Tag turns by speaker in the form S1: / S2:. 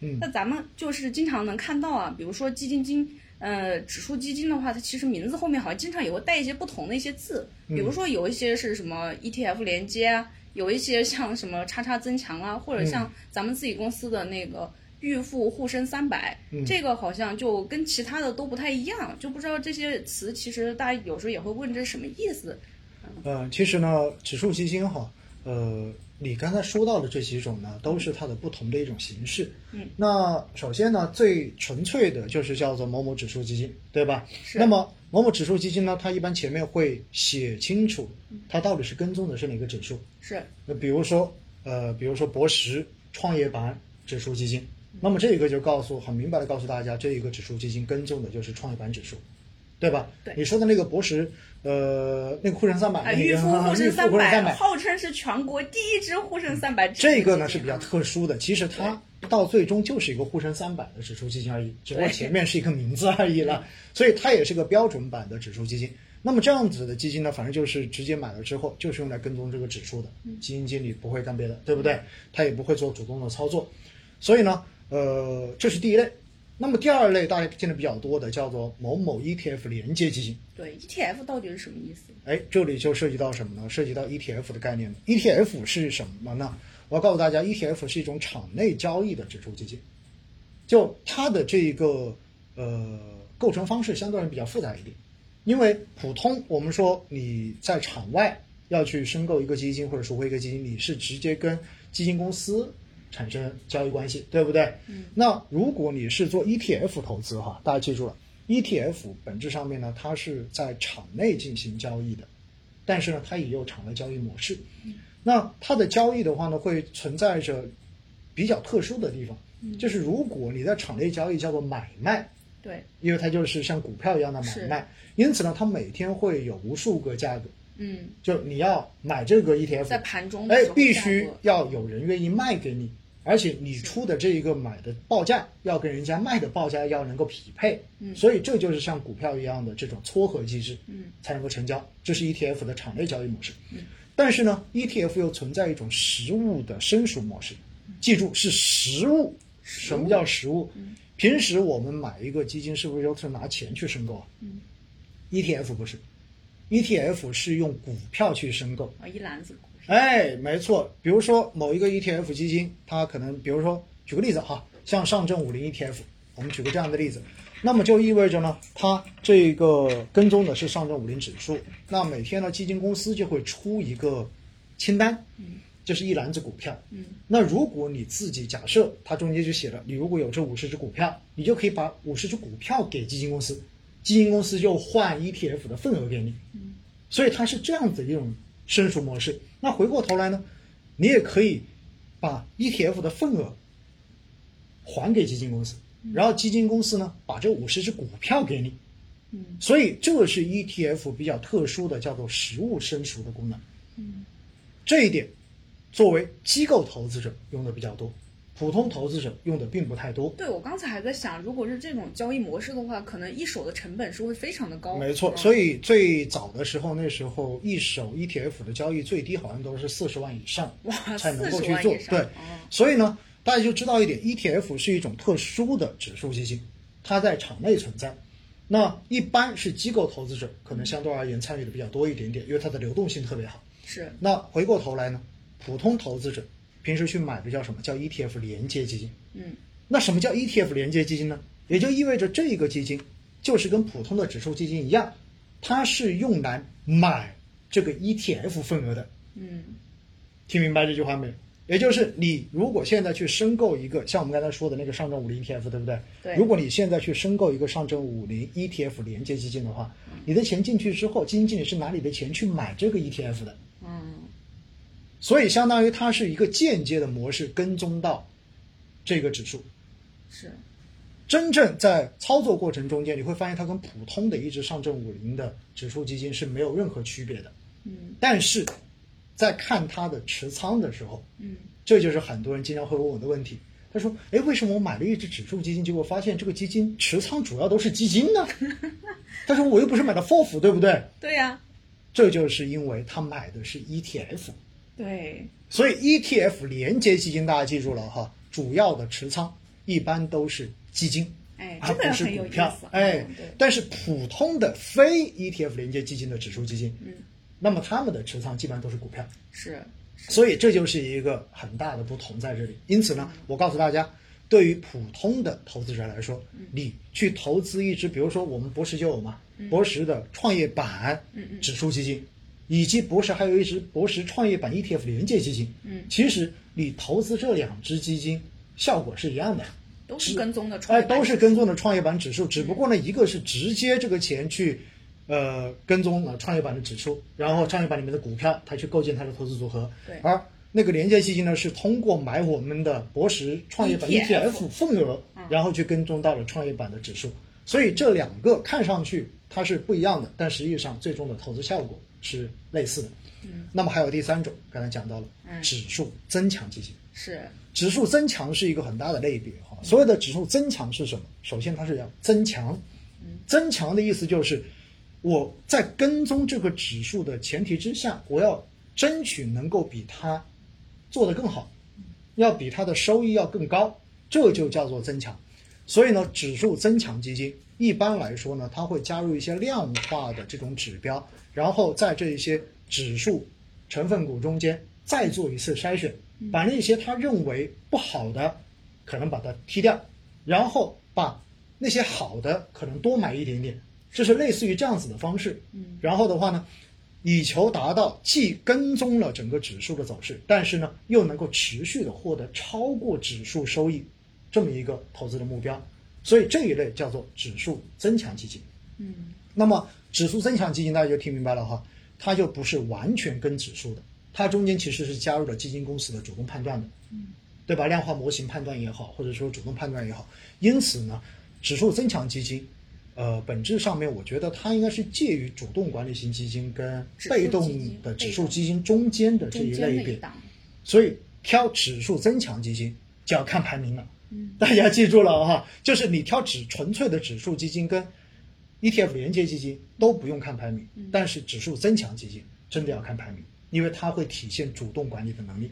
S1: 嗯，那咱们就是经常能看到啊，比如说基金经，呃，指数基金的话，它其实名字后面好像经常也会带一些不同的一些字，
S2: 嗯
S1: 比如说有一些是什么 ETF 连接啊，有一些像什么叉叉增强啊，或者
S2: 嗯
S1: 像咱们自己公司的那个裕富沪深三百，
S2: 嗯
S1: 这个好像就跟其他的都不太一样，就不知道这些词其实大家有时候也会问这是什么意思。
S2: 呃，其实呢，指数基金哈，呃，你刚才说到的这几种呢，都是它的不同的一种形式。
S1: 嗯，
S2: 那首先呢，最纯粹的就是叫做某某指数基金，对吧？
S1: 是
S2: 那么某某指数基金呢，它一般前面会写清楚它到底是跟踪的是哪个指数。
S1: 是，
S2: 那比如说，呃，比如说博时创业板指数基金，那么这一个就告诉很明白的告诉大家，这一个指数基金跟踪的就是创业板指数，对吧？
S1: 对
S2: 你说的那个博时，呃，那个沪深三百，
S1: 啊，
S2: 那个
S1: 裕
S2: 银
S1: 富
S2: 行
S1: 沪
S2: 裕
S1: 深
S2: 富
S1: 三
S2: 沪深三
S1: 百
S2: 百，
S1: 号称是全国第一支沪深三百指数基金啊，
S2: 这个呢是比较特殊的，其实它到最终就是一个沪深三百的指数基金而已，只不过前面是一个名字而已了， 所以它也是个标准版的指数基金。那么这样子的基金呢，反正就是直接买了之后，就是用来跟踪这个指数的，基金经理不会干别的，对不对？他也不会做主动的操作，所以呢，呃，这是第一类。那么第二类大家见的比较多的叫做某某 ETF 连接基金，
S1: 对 ETF 到底是什么意思？
S2: 哎，这里就涉及到什么呢？涉及到 ETF 的概念了。ETF 是什么呢？我要告诉大家，ETF 是一种场内交易的指数基金，就它的这个呃构成方式相对来说比较复杂一点，因为普通我们说你在场外要去申购一个基金或者赎回一个基金，你是直接跟基金公司产生交易关系，对不对？
S1: 嗯。
S2: 那如果你是做 ETF 投资哈，大家记住了，ETF 本质上面呢，它是在场内进行交易的，但是呢，它也有场外交易模式。那它的交易的话呢，会存在着比较特殊的地方，就是如果你在场内交易叫做买卖，
S1: 对，
S2: 因为它就是像股票一样的买卖，因此呢，它每天会有无数个价格，
S1: 嗯，
S2: 就你要买这个 ETF，
S1: 在盘中的
S2: E 哎
S1: 时，候
S2: 必
S1: 价
S2: 须
S1: 格
S2: 要有人愿意卖给你，而且你出的这一个买的报价要跟人家卖的报价要能够匹配，
S1: 嗯
S2: 所以这就是像股票一样的这种撮合机制，
S1: 嗯，
S2: 才能够成交，这是 ETF 的场内交易模式。
S1: 嗯
S2: 但是呢，ETF 又存在一种实物的申赎模式，记住是实物。
S1: 嗯实
S2: 什么
S1: 物嗯
S2: 叫实物？平时我们买一个基金是不是都是拿钱去申购啊？
S1: 嗯
S2: ETF 不是，ETF 是用股票去申购。
S1: 啊，一篮子股票，
S2: 哎，没错，比如说某一个 ETF 基金，它可能，比如说举个例子哈，像上证五零 ETF，我们举个这样的例子，那么就意味着呢，它这个跟踪的是上证五零指数，那每天呢，基金公司就会出一个清单，就是一篮子股票，
S1: 嗯，
S2: 那如果你自己假设它中间就写了，你如果有这五十只股票，你就可以把五十只股票给基金公司，基金公司就换 ETF 的份额给你，所以它是这样子一种申赎模式。那回过头来呢，你也可以把 ETF 的份额还给基金公司，然后基金公司呢把这五十只股票给你。
S1: 嗯，
S2: 所以这是 ETF 比较特殊的，叫做实物申赎的功能。
S1: 嗯，
S2: 这一点作为机构投资者用的比较多，普通投资者用的并不太多。
S1: 对我刚才还在想，如果是这种交易模式的话，可能一手的成本是会非常的高。嗯
S2: 没错，
S1: 以
S2: 所以最早的时候，那时候一手 ETF 的交易最低好像都是四十万以上
S1: 哇
S2: 才能够去
S1: 40
S2: 做
S1: 万以。上
S2: 对
S1: 哦，
S2: 所以呢，大家就知道一点，ETF 是一种特殊的指数基金，它在场内存在。那一般是机构投资者可能相对而言参与的比较多一点点，因为它的流动性特别好。
S1: 是
S2: 那回过头来呢，普通投资者平时去买的叫什么？叫 ETF 连接基金。
S1: 嗯
S2: 那什么叫 ETF 连接基金呢？也就意味着这个基金就是跟普通的指数基金一样，它是用来买这个 ETF 份额的。
S1: 嗯
S2: 听明白这句话没有？也就是你如果现在去申购一个，像我们刚才说的那个上证五零 ETF，对不对？
S1: 对
S2: 如果你现在去申购一个上证五零 ETF 连接基金的话，你的钱进去之后，基金经理是拿你的钱去买这个 ETF 的。
S1: 嗯
S2: 所以相当于它是一个间接的模式跟踪到这个指数。
S1: 是
S2: 真正在操作过程中间，你会发现它跟普通的一只上证五零的指数基金是没有任何区别的。
S1: 嗯
S2: 但是在看它的持仓的时候，
S1: 嗯
S2: 这就是很多人经常会问我的问题。他说：“哎，为什么我买了一只指数基金，结果发现这个基金持仓主要都是基金呢？” 他说：“我又不是买的 FOF，对不对
S1: 对呀、？”
S2: 这就是因为他买的是 E ETF。
S1: 对
S2: E 所以 ETF 连接基金大家记住了哈，主要的持仓一般都是基金，
S1: 哎，
S2: 而
S1: 这
S2: 不
S1: 个
S2: 是
S1: 很
S2: 股
S1: 有意
S2: 票
S1: 思。，
S2: 哎
S1: 嗯，对，
S2: 但是普通的非 ETF 连接基金的指数基金，
S1: 嗯，
S2: 那么他们的持仓基本上都是股票，
S1: 是，
S2: 所以这就是一个很大的不同在这里。因此
S1: 嗯
S2: 呢，我告诉大家，对于普通的投资者来说，
S1: 嗯
S2: 你去投资一只，比如说我们博时就有嘛，
S1: 嗯
S2: 博时的创业板指数基金，以及博时还有一只博时创业板 ETF 连接基金。
S1: 嗯，
S2: 其实你投资这两只基金，效果是一样的。
S1: 都是跟踪的创
S2: 哎，
S1: 业板嗯
S2: 都是跟踪的创业板指数，只不过呢，一个是直接这个钱去，呃，跟踪了创业板的指数，然后创业板里面的股票，它去构建它的投资组合。
S1: 对
S2: 而那个连接基金呢，是通过买我们的博时创业板
S1: ETF
S2: ETF 份额，
S1: 嗯
S2: 然后去跟踪到了创业板的指数。所以这两个看上去它是不一样的，但实际上最终的投资效果是类似的。
S1: 嗯，
S2: 那么还有第三种，刚才讲到了
S1: 嗯
S2: 指数增强基金。
S1: 是，
S2: 指数增强是一个很大的类别哈。所谓的指数增强是什么？首先它是要增强，增强的意思就是我在跟踪这个指数的前提之下，我要争取能够比它做得更好，要比它的收益要更高，这就叫做增强。所以呢，指数增强基金一般来说呢，它会加入一些量化的这种指标，然后在这一些指数成分股中间再做一次筛选，把那些他认为不好的可能把它踢掉，然后把那些好的可能多买一点点，这是类似于这样子的方式。
S1: 嗯，
S2: 然后的话呢，以求达到既跟踪了整个指数的走势，但是呢又能够持续的获得超过指数收益这么一个投资的目标，所以这一类叫做指数增强基金。
S1: 嗯，
S2: 那么指数增强基金大家就听明白了哈，它就不是完全跟指数的，它中间其实是加入了基金公司的主动判断的，
S1: 嗯
S2: 对吧？量化模型判断也好，或者说主动判断也好，因此呢，指数增强基金，呃，本质上面我觉得它应该是介于主动管理型基金跟
S1: 指数
S2: 被动
S1: 基金
S2: 的指
S1: 被
S2: 数
S1: 动
S2: 基金中间的这
S1: 中
S2: 一
S1: 间
S2: 类
S1: 的一
S2: 别，
S1: 档，
S2: 所以挑指数增强基金就要看排名了。
S1: 嗯，
S2: 大家记住了哈，就是你挑指纯粹的指数基金跟 ETF 连接基金都不用看排名，但是指数增强基金真的要看排名，因为它会体现主动管理的能力。